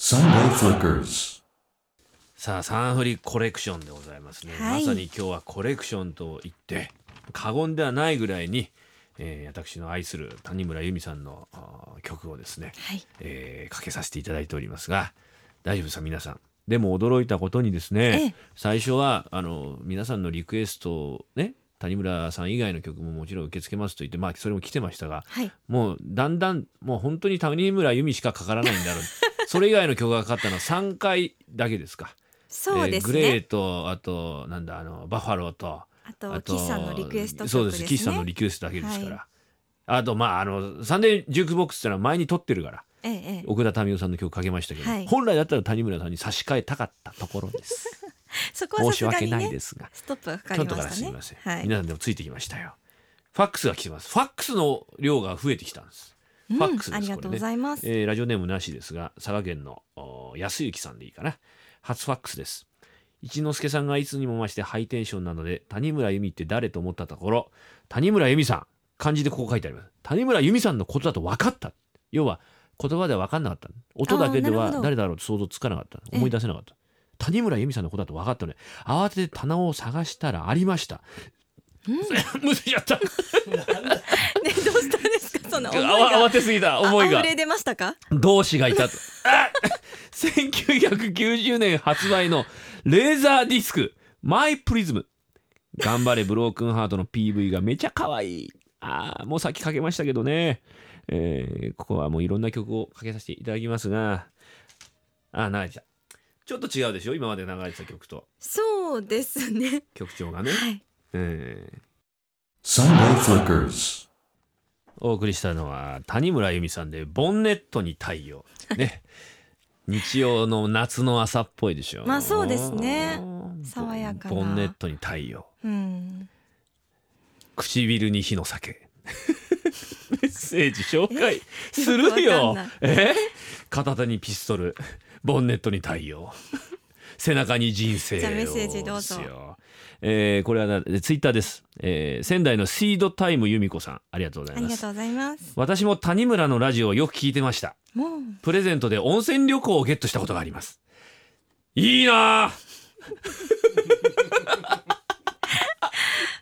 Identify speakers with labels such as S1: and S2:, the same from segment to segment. S1: Sunday Flickers.
S2: さあサンフリコレクションでございますね、
S3: はい
S2: まさに今日はコレクションと言って過言ではないぐらいに、えー私の愛する谷村由美さんのあー曲をですね、
S3: はい
S2: えーかけさせていただいておりますが大丈夫ですか皆さんでも驚いたことにですね、
S3: え
S2: 最初はあの皆さんのリクエストをね谷村さん以外の曲ももちろん受け付けますと言ってまあそれも来てましたが、
S3: はい
S2: もうだんだんもう本当に谷村由美しかかからないんだろうそれ以外の曲がかかったのは3回だけですか。
S3: そうです
S2: えーグ
S3: ね、
S2: レーとあとなんだあのバファローと
S3: あと岸さんのリクエスト
S2: そうで
S3: 曲です
S2: す
S3: ね
S2: 岸さんのリクエストだけですから、
S3: は
S2: あとまああのサンデージュークボックスってのは前に撮ってるから
S3: ええええ
S2: 奥田民生さんの曲かけましたけど、
S3: はい
S2: 本来だったら谷村さんに差し替えたかったところです
S3: そこは
S2: 申
S3: さ
S2: し
S3: すが
S2: 訳
S3: に
S2: ない
S3: ね
S2: ですが
S3: ストップがかか
S2: ちょ
S3: り
S2: っとか
S3: ま
S2: ら
S3: し
S2: す
S3: た
S2: み
S3: ね
S2: ません、
S3: はい
S2: 皆さんでもついてきましたよファックスが来てますファックスの量が増えてきたんですファックスです、
S3: うん、ありがとうございます、
S2: これねえーラジオネームなしですが佐賀県のお安幸さんでいいかな初ファックスです一之輔さんがいつにも増してハイテンションなので谷村由美って誰と思ったところ谷村由美さん漢字でここ書いてあります谷村由美さんのことだと分かった要は言葉では分かんなかった音だけで
S3: あーなるほ
S2: は
S3: ど
S2: 誰だろうと想像つかなかった
S3: え
S2: 思い出せなかった谷村由美さんのことだと分かったので慌てて棚を探したらありました、 むせちゃった
S3: ねどうしたんですかそ の思い
S2: あわ
S3: が
S2: 慌てすぎた
S3: あ
S2: 思いが
S3: 溢れ出ましたか
S2: 同志がいたと。 あ1990年発売のレーザーディスク、マイプリズム。頑張れブロークンハートの PV がめちゃ可愛い。ああ、もうさっきかけましたけどね。えーここはもういろんな曲をかけさせていただきますが、ああ、流れてきた。ちょっと違うでしょ今まで流れてた曲と、
S3: そうですね
S2: 曲調がね。
S3: はい
S2: えー
S1: Sunday Flickers.
S2: お送りしたのは谷村由美さんで「ボンネットに太陽」 ね日曜の夏の朝っぽいでしょ
S3: まあそうですね爽やかな
S2: ボンネットに太陽
S3: うん
S2: 唇に火の 酒メッセージ紹介する
S3: よくわかん
S2: よ
S3: ない
S2: え片手にピストルボンネットに太陽背中に人生を
S3: じゃあメッセージどうぞ
S2: ですよえーこれはなツイッターです、えー仙台のシードタイム由美子さんありがとうござ
S3: あ
S2: い
S3: り
S2: ま
S3: が
S2: す
S3: とうございます
S2: 私も谷村のラジオをよく聞いてました
S3: もう
S2: プレゼントで温泉旅行をゲットしたことがありますいいなあ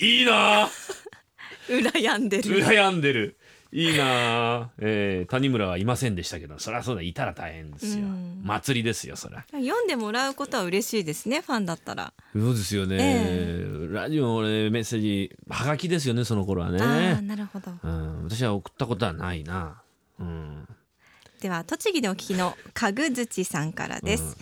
S2: いいなあ
S3: 羨んでる
S2: 羨んでるいいなあ、えー谷村はいませんでしたけどそりゃそうだいたら大変ですよ、
S3: うん
S2: 祭りですよそりゃ
S3: 読んでもらうことは嬉しいですねファンだったら
S2: そうですよね、
S3: え
S2: ラジオの俺メッセージはがきですよねその頃は
S3: ああ
S2: ね、
S3: なるほど
S2: うん、私は送ったことはないなうん
S3: では栃木でお聞きの家具槌さんからです、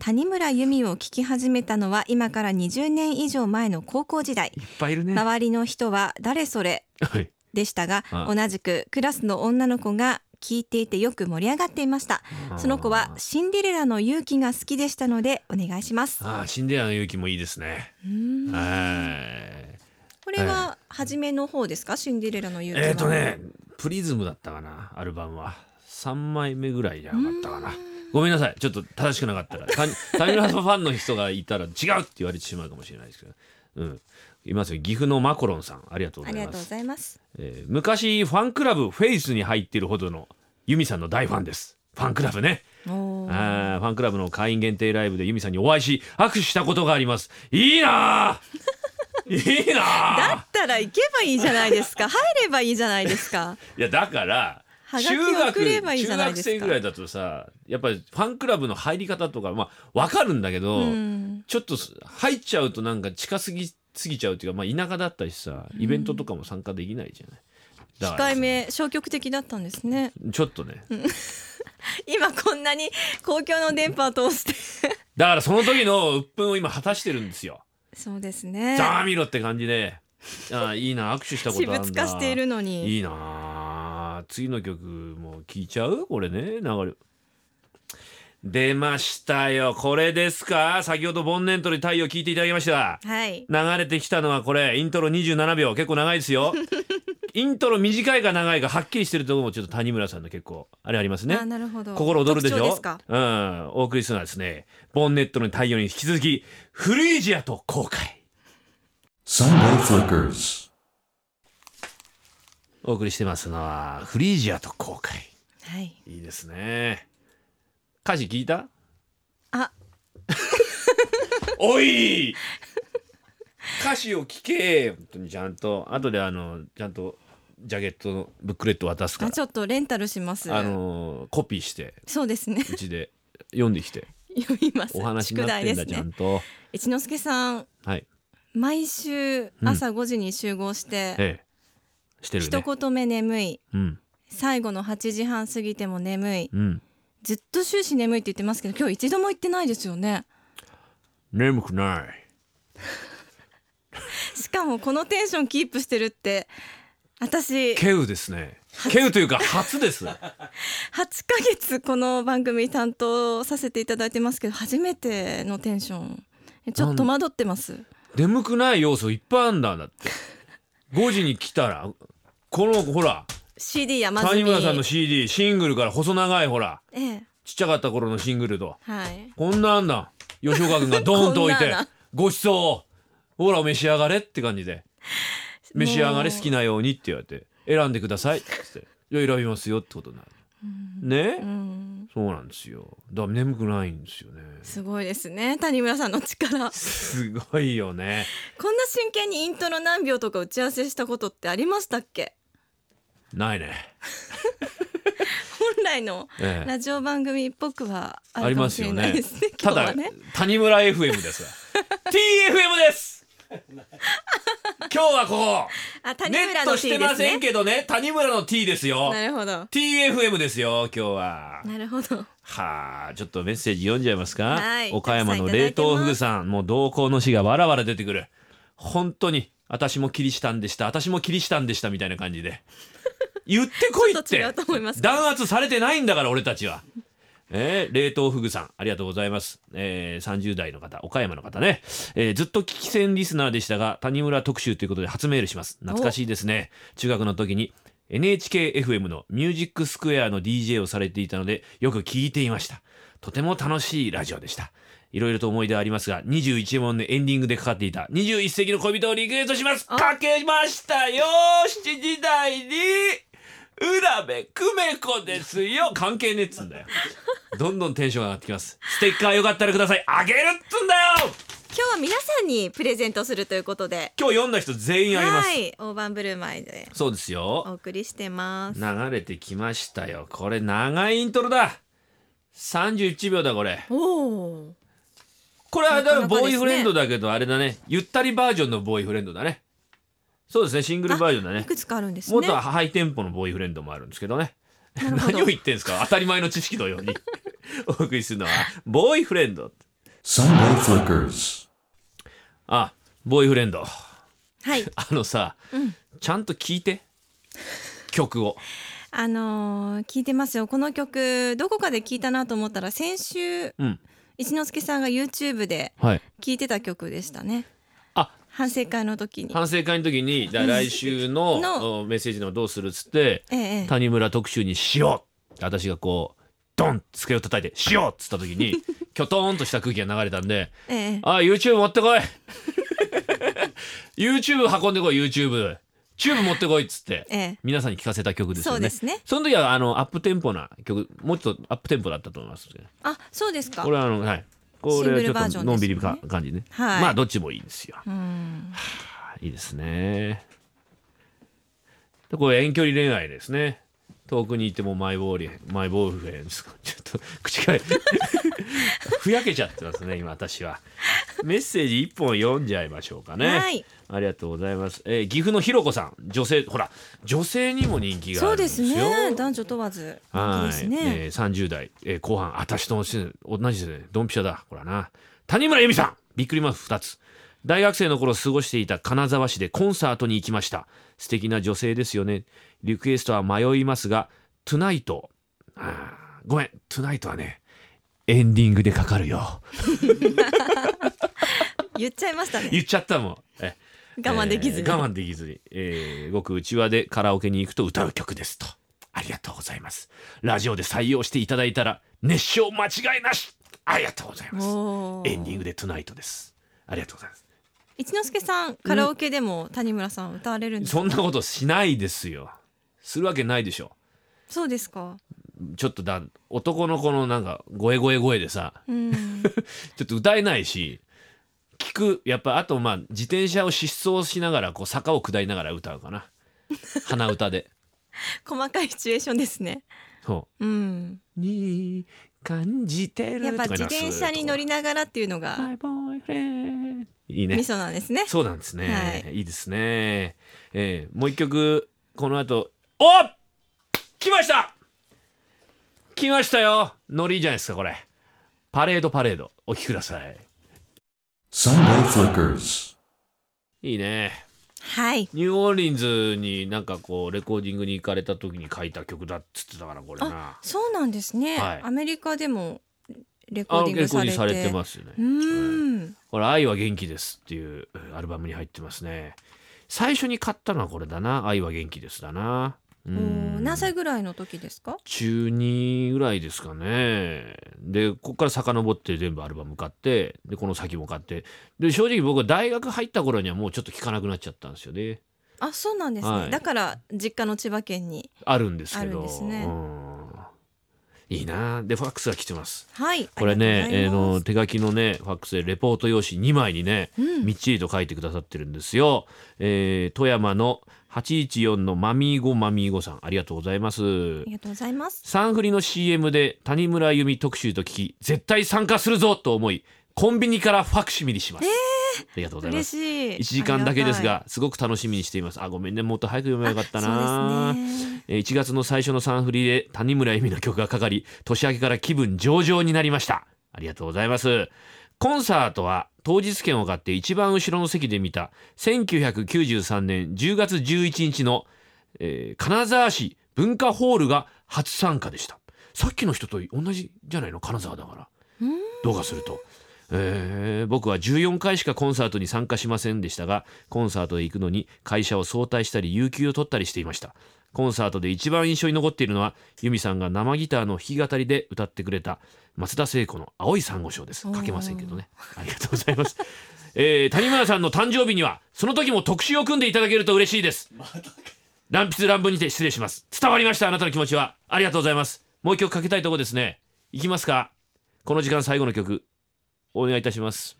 S3: 谷村由美を聞き始めたのは今から20年以上前の高校時代
S2: いっぱいいるね、
S3: 周りの人は誰それ
S2: はい
S3: でしたが
S2: あ
S3: 同じくクラスの女の子が聞いていてよく盛り上がっていましたその子はシンデレラの勇気が好きでしたのでお願いします
S2: ああシンデレラの勇気もいいですね
S3: うーん
S2: はい。
S3: これは初めの方ですかシンデレラの勇気は
S2: えっ、とね、プリズムだったかな、アルバムは。3枚目ぐらいじゃなかったかな。ごめんなさい、ちょっと正しくなかったら。谷 谷村さんファンの人がいたら違うって言われてしまうかもしれないですけど。うん。いますよ。岐阜のマコロンさん、ありがとう
S3: あ
S2: ござ
S3: り
S2: い
S3: が
S2: ま
S3: とうご
S2: す。
S3: ざいます
S2: えー昔、ファンクラブフェイスに入っているほどのユミさんの大ファンです。ファンクラブね。
S3: おー
S2: あーファンクラブの会員限定ライブでユミさんにお会いし、握手したことがあります。いいな ーいいなー
S3: だったら行けばいいじゃないですか入ればいいじゃないですか
S2: いやだから
S3: はがき
S2: 中学
S3: 送ればいいじ
S2: 中
S3: ゃない
S2: 学
S3: ですか
S2: 生ぐらいだとさやっぱりファンクラブの入り方とかまあわかるんだけど、
S3: うん
S2: ちょっとす入っちゃうとなんか近すぎすぎちゃうっていうか、まあ、田舎だったしさイベントとかも参加できないじゃない。だから
S3: 控えめ消極的だったんですね
S2: ちょっとね
S3: 今こんなに公共の電波を通して
S2: だからその時の鬱憤を今果たしてるんですよ。
S3: そうですね
S2: ざまみろって感じでああいいな握手したことあ
S3: 私
S2: るんだ
S3: 物化しているのに
S2: いいなあ次の曲も聴いちゃうこれね流れ出ましたよこれですか先ほど「ボンネットに太陽」聴いていただきました
S3: はい
S2: 流れてきたのはこれイントロ27秒結構長いです よイントロ短いか長いかはっきりしてるところもちょっと谷村さんの結構あれありますね
S3: あなるほど
S2: 心躍るでし
S3: 特徴
S2: ょ
S3: すか
S2: うんお送りするのはですねボンネットの太陽に引き続きフリージアと後悔
S1: Sunday Flickers.
S2: お送りしてますのはフリージアと後悔
S3: はい
S2: いいですね。歌詞聞いた
S3: あ
S2: おい歌詞を聞け本当にちゃんと後であのちゃんとジャケットのブックレット渡すか
S3: あ
S2: ら
S3: ちょっとレンタルします
S2: あのーコピーして
S3: そうですね
S2: うちで読んできて
S3: 読みます
S2: お話に
S3: 宿
S2: なっ
S3: 題
S2: てんだ、
S3: です
S2: ちゃ
S3: ね
S2: んと
S3: 一之輔さん
S2: はい
S3: 毎週朝5時に集合して、
S2: ええしてる
S3: 一
S2: ね
S3: 言目眠い
S2: うん
S3: 最後の8時半過ぎても眠い
S2: うん
S3: ずっと終始眠いって言ってますけど今日一度も言ってないですよね
S2: 眠くない
S3: しかもこのテンションキープしてるって私8
S2: ケウですねケウというか初 です
S3: ヶ月この番組担当させていただいてますけど初めてのテンションちょっと戸惑ってます
S2: 眠くない要素いっぱいあんだだって5時に来たらこのほら
S3: CD 山積
S2: 谷
S3: み
S2: 村さんの CD シングルから細長いほら
S3: ええ
S2: ちっちゃかった頃のシングルと
S3: はい
S2: こんなあんだ吉岡君がドーンと置い
S3: こん
S2: て
S3: なあんだ
S2: ごちそうをほら召し上がれって感じで召し上がれ
S3: もう
S2: 好きなようにって言われて選んでくださいっつっていや選びますよってことになるね、
S3: うん
S2: そうなんですよだから眠くないんですよね
S3: すごいですね谷村さんの力
S2: すごいよね
S3: こんな真剣にイントロ何秒とか打ち合わせしたことってありましたっけ
S2: ないね、
S3: 本来の
S2: ええ
S3: ラジオ番組っぽくはあ
S2: あ
S3: る
S2: り
S3: かも
S2: ま
S3: し
S2: す
S3: れ
S2: よ
S3: ない
S2: ね
S3: ですね。
S2: た
S3: 今日
S2: だ
S3: はね
S2: 谷村 FM ですわ TFM です 今日はこ
S3: あ
S2: こ
S3: 谷
S2: ネ
S3: 村
S2: ッ
S3: の
S2: トしてま
S3: T で
S2: せ
S3: す
S2: ん
S3: ね。
S2: けどね谷村の T ですよ
S3: なるほど。
S2: TFM ですよ今日は
S3: なるほど。
S2: はあちょっとメッセージ読んじゃいますか、
S3: はい
S2: 岡山の冷凍ふぐさんもう同行の死がわらわら出てくる本当に私もキリシタンでした私もキリシタンでしたみたいな感じ で言ってこいっ
S3: ち
S2: て
S3: ょっと違うと思いますけど
S2: 弾圧されてないんだから俺たちは。えー、冷凍フグさんありがとうございます、えー、30代の方岡山の方ね、えーずっと聞き戦リスナーでしたが谷村特集ということで初メールします懐かしいですね中学の時に NHKFM の「ミュージックスクエアの DJ をされていたのでよく聞いていましたとても楽しいラジオでしたいろいろと思い出はありますが21問のエンディングでかかっていた21世紀の恋人をリクエストします
S3: あ
S2: かけましたよ7時台に浦部久美子ですよ関係ねえっつうんだよどんどんテンション上がってきますステッカーよかったらくださいあげるっつうんだよ
S3: 今日は皆さんにプレゼントするということで。
S2: 今日読んだ人全員あげます、
S3: はい、大盤振る舞いで
S2: そうです
S3: お
S2: よ
S3: 送りしてます。
S2: 流れてきましたよこれ長いイントロだ31秒だこれ
S3: おお。
S2: これはだか
S3: な
S2: ら
S3: かなか
S2: ボ
S3: ですね
S2: ーイフレンドだけどあれだねゆったりバージョンのボーイフレンドだねそうですねシングルバージョンだ
S3: い
S2: ね
S3: くつかあるんです
S2: もっ
S3: ね
S2: と。ハイテンポのボーイフレンドもあるんですけどね
S3: なるほど
S2: 何を言ってんすか当たり前の知識のように お送りするのはボーイフレンド
S1: Sunday Flickers.
S2: あボーイフレンド
S3: はい。
S2: あのさ、ちゃんと聞いて曲を
S3: あのー聞いてますよ。この曲どこかで聞いたなと思ったら先週
S2: うん
S3: 一之輔さんが YouTube で
S2: はい
S3: 聞いてた曲でしたね。
S2: あ
S3: 反省会の時に。
S2: 反省会の時にだ来週の
S3: の
S2: おメッセージのどうするっつって
S3: ええええ。
S2: 谷村特集にしようって私がこうドンって机を叩いてしようっつった時 にきょとんとした空気が流れたんで
S3: ええええ
S2: あ YouTube 持ってこい YouTube 運んでこい YouTube チューブ持ってこいっつって、
S3: ええ
S2: 皆さんに聞かせた曲ですよね
S3: そうですね
S2: その時はあのアップテンポな曲もうちょっとアップテンポだったと思いますけど
S3: あ、そうですか
S2: こ。れはあのはいこ
S3: シング
S2: れ
S3: ルバ
S2: は
S3: ー
S2: ち
S3: ジ
S2: ょ
S3: ョ
S2: っ
S3: ン
S2: との
S3: ですよね
S2: んびりか感じね、
S3: はい
S2: まあどっちもいいんですよ
S3: うん。
S2: いいですねでこれ遠距離恋愛ですね遠くにいてもマイボーリマイボールフレンズちょっと口 がふやけちゃってますね今私はメッセージ一本読んじゃいましょうかね、
S3: はい
S2: ありがとうございます、えー岐阜のひろこさん女性ほら女性にも人気がある
S3: そうん
S2: で
S3: ですす
S2: よ
S3: ね。男女問わず。
S2: はい
S3: いですね。
S2: えー、30代、えー後半私と同じ同じですねドンピシャだこれはな谷村恵美さんびっくりマーク2つ大学生の頃過ごしていた金沢市でコンサートに行きました素敵な女性ですよねリクエストは迷いますが「トゥナイト」あーごめん「トゥナイト」はねエンディングでかかるよ
S3: 言っちゃいましたね。
S2: 言っちゃったもんえ
S3: 我慢できず
S2: え
S3: に。
S2: ー我慢できずに、えーごくうちわでカラオケに行くと歌う曲ですとありがとうございますラジオで採用していただいたら熱唱間違いなしありがとうございます
S3: おー
S2: エンディングで「トゥナイト」ですありがとうございます
S3: 一之輔さんカラオケでも谷村さん歌われるんですか
S2: そんなことしないですよするわけないでしょ
S3: そうですか
S2: ちょっとだ男の子のなんか声声声でさ
S3: うん、
S2: ちょっと歌えないし聞くやっぱあとまあ自転車を疾走しながらこう坂を下りながら歌うかな鼻歌で
S3: 細かいシチュエーションですね。
S2: そ
S3: うん、
S2: う「に感じてる」
S3: やっぱ
S2: とか
S3: 自
S2: なんか
S3: 転車に乗りながらっていうのが
S2: マイボーイフレンいいね
S3: ミソなんですね。
S2: そうなんですね、、
S3: はい
S2: いですね、えーもう一曲この後お来ました来ましたよノリじゃないですかこれパレードパレードお聴きください
S1: Sunday Flickers.
S2: いいね
S3: はい。
S2: ニューオーリンズになんかこうレコーディングに行かれた時に書いた曲だっつってたからこれな
S3: そうなんですね。
S2: はい
S3: アメリカでもレコ
S2: あ
S3: ー
S2: の
S3: ディング
S2: 結
S3: さ
S2: 構
S3: れ
S2: に
S3: て。
S2: されてますよね、
S3: うん。
S2: これ「愛は元気です」っていううんアルバムに入ってますね最初に買ったのはこれだな「愛は元気です」だなう
S3: お
S2: ん
S3: ー何歳ぐらいの時ですか？
S2: 中2ぐらいですかねでここから遡って全部アルバム買ってでこの先も買ってで正直僕は大学入った頃にはもうちょっと聴かなくなっちゃったんですよね
S3: あ、そうなんですね。
S2: はい
S3: だから実家の千葉県に。
S2: あるんですけ
S3: あるん
S2: ど
S3: ですね
S2: うんいいなでファックスが来てます
S3: はい。
S2: これね
S3: あ、り
S2: え
S3: が
S2: ー
S3: とうございま
S2: の手書きのねファックスでレポート用紙2枚にね、
S3: うん
S2: みっちりと書いてくださってるんですよ、えー富山の814のマミーゴマミーゴさんありがとうございます
S3: すありがとうございます。
S2: サンフリの CM で谷村由美特集と聞き絶対参加するぞと思いコンビニからファクシミリします、ありがとうございま
S3: 嬉
S2: す
S3: しい。
S2: 1時間だけです
S3: あ
S2: がすごく楽しみにしていますあごめんねもっと早く読めば
S3: り
S2: よか
S3: が
S2: った
S3: い。
S2: たな
S3: あそうですね。
S2: えー1月の最初のサンフリで谷村由美の曲がかかり年明けから気分上々になりましたありがとうございますコンサートは当日券を買って一番後ろの席で見た1993年10月11日の、えー金沢市文化ホールが初参加でしたさっきの人と同じじゃないの金沢だから
S3: うん
S2: 動画すると。えー僕は14回しかコンサートに参加しませんでしたがコンサートへ行くのに会社を早退したり有給を取ったりしていましたコンサートで一番印象に残っているのは由美さんが生ギターの弾き語りで歌ってくれた松田聖子の「青い珊瑚礁」です
S3: おー
S2: 書けませんけどねありがとうございます、えー谷村さんの誕生日にはその時も特集を組んでいただけると嬉しいです乱筆乱文にて失礼します伝わりましたあなたの気持ちはありがとうございますもう一曲かけたいとこですねいきますかこの時間最後の曲お願いいたします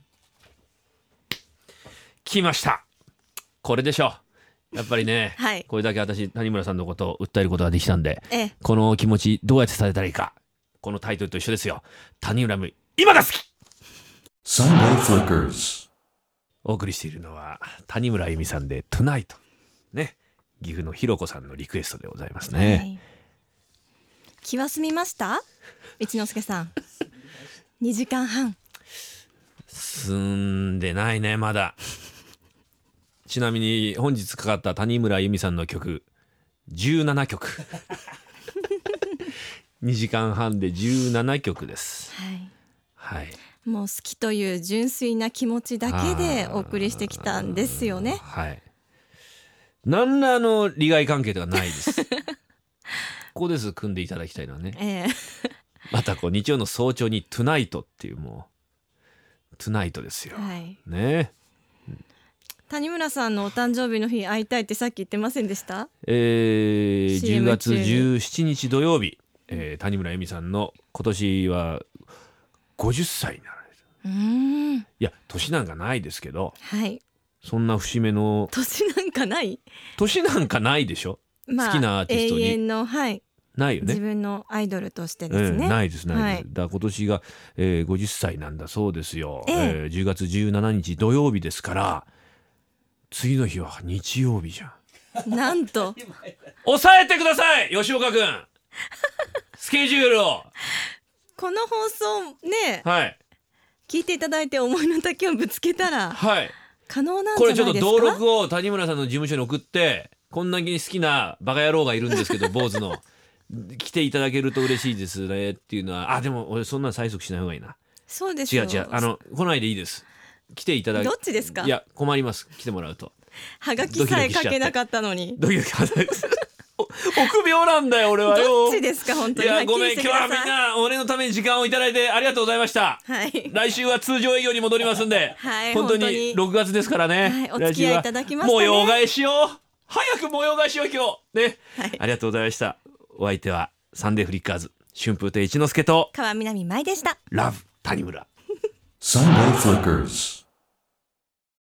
S2: 来ましたこれでしょうやっぱりね、
S3: はい
S2: これだけ私谷村さんのことを訴えることができたんで
S3: ええ、
S2: この気持ちどうやって伝えたらいいかこのタイトルと一緒ですよ谷村む今が好き
S1: Sunday Flickers.
S2: お送りしているのは谷村由美さんで「トゥナイト」ね岐阜のひろこさんのリクエストでございますね、
S3: はい気は済みました？一之輔さん。2時間半。
S2: 進んでないねまだ ちなみに本日かかった谷村由美さんの曲17曲2時間半で17曲です
S3: はい。
S2: はい
S3: もう好きという純粋な気持ちだけでお送りしてきたんですよね。
S2: はい何らあの利害関係ではないですここです組んでいただきたいのはね
S3: ええ、
S2: またこう日曜の早朝に「トゥナイト」っていうもう「トゥナイト」ですよ、
S3: はい。
S2: ね
S3: 谷村さんのお誕生日の日会いたいってさっき言ってませんでした？
S2: えー、10
S3: CM
S2: 月17日土曜日、えー谷村恵美さんの今年は50歳になられた
S3: うーん。
S2: いや年なんかないですけど
S3: はい。
S2: そんな節目の
S3: 年なんかない。
S2: 年なんかないでしょ
S3: まあ、
S2: 好きなアーティストに
S3: 永遠のはい、
S2: ないよ
S3: 自
S2: ね。
S3: 分のアイドルとしてですね。
S2: うん、ないですないです、
S3: は
S2: だから今年が、えー、50歳なんだそうですよ、
S3: ええ
S2: えー10月17日土曜日ですから次の日は日曜日じゃん
S3: なんと
S2: 抑えてください吉岡君スケジュールを
S3: この放送ね
S2: はい
S3: 聞いていただいて思いの丈をぶつけたら
S2: はい
S3: 可能なんじ
S2: こ
S3: ゃな
S2: れ
S3: い
S2: ち
S3: です
S2: ょっ
S3: か。
S2: と登録を谷村さんの事務所に送ってこんなに好きなバカ野郎がいるんですけ ど坊主の来ていただけると嬉しいですねっていうのはあでも俺そんなの催促しない方がいいな
S3: そうです
S2: 違
S3: よ。
S2: う違うあの来ないでいいです来ていただ
S3: どっちですか
S2: いや困ります来てもらうと
S3: はがきさえ書けなかったのに。
S2: ドキドキ お臆病なんだよ俺はよ
S3: どっちですか本当
S2: い
S3: に。は
S2: や
S3: っき
S2: ご
S3: り
S2: めん
S3: して
S2: 今
S3: く
S2: 日
S3: だ
S2: は
S3: さ
S2: いみんな俺のために時間をいただいてありがとうございました
S3: はい。
S2: 来週は通常営業に戻りますんで、
S3: はい
S2: 本当
S3: 本当
S2: に
S3: に
S2: 6月ですからね、
S3: はいお付き合
S2: 来週
S3: い
S2: はい
S3: ただきましたね
S2: 模様替えしよう早く模様替えしよう今日ね、
S3: はい
S2: ありがとうございましたお相手はサンデーフリッカーズ春風亭一之輔と
S3: 川南舞でした
S2: ラブ谷村
S1: Sunday Flickers.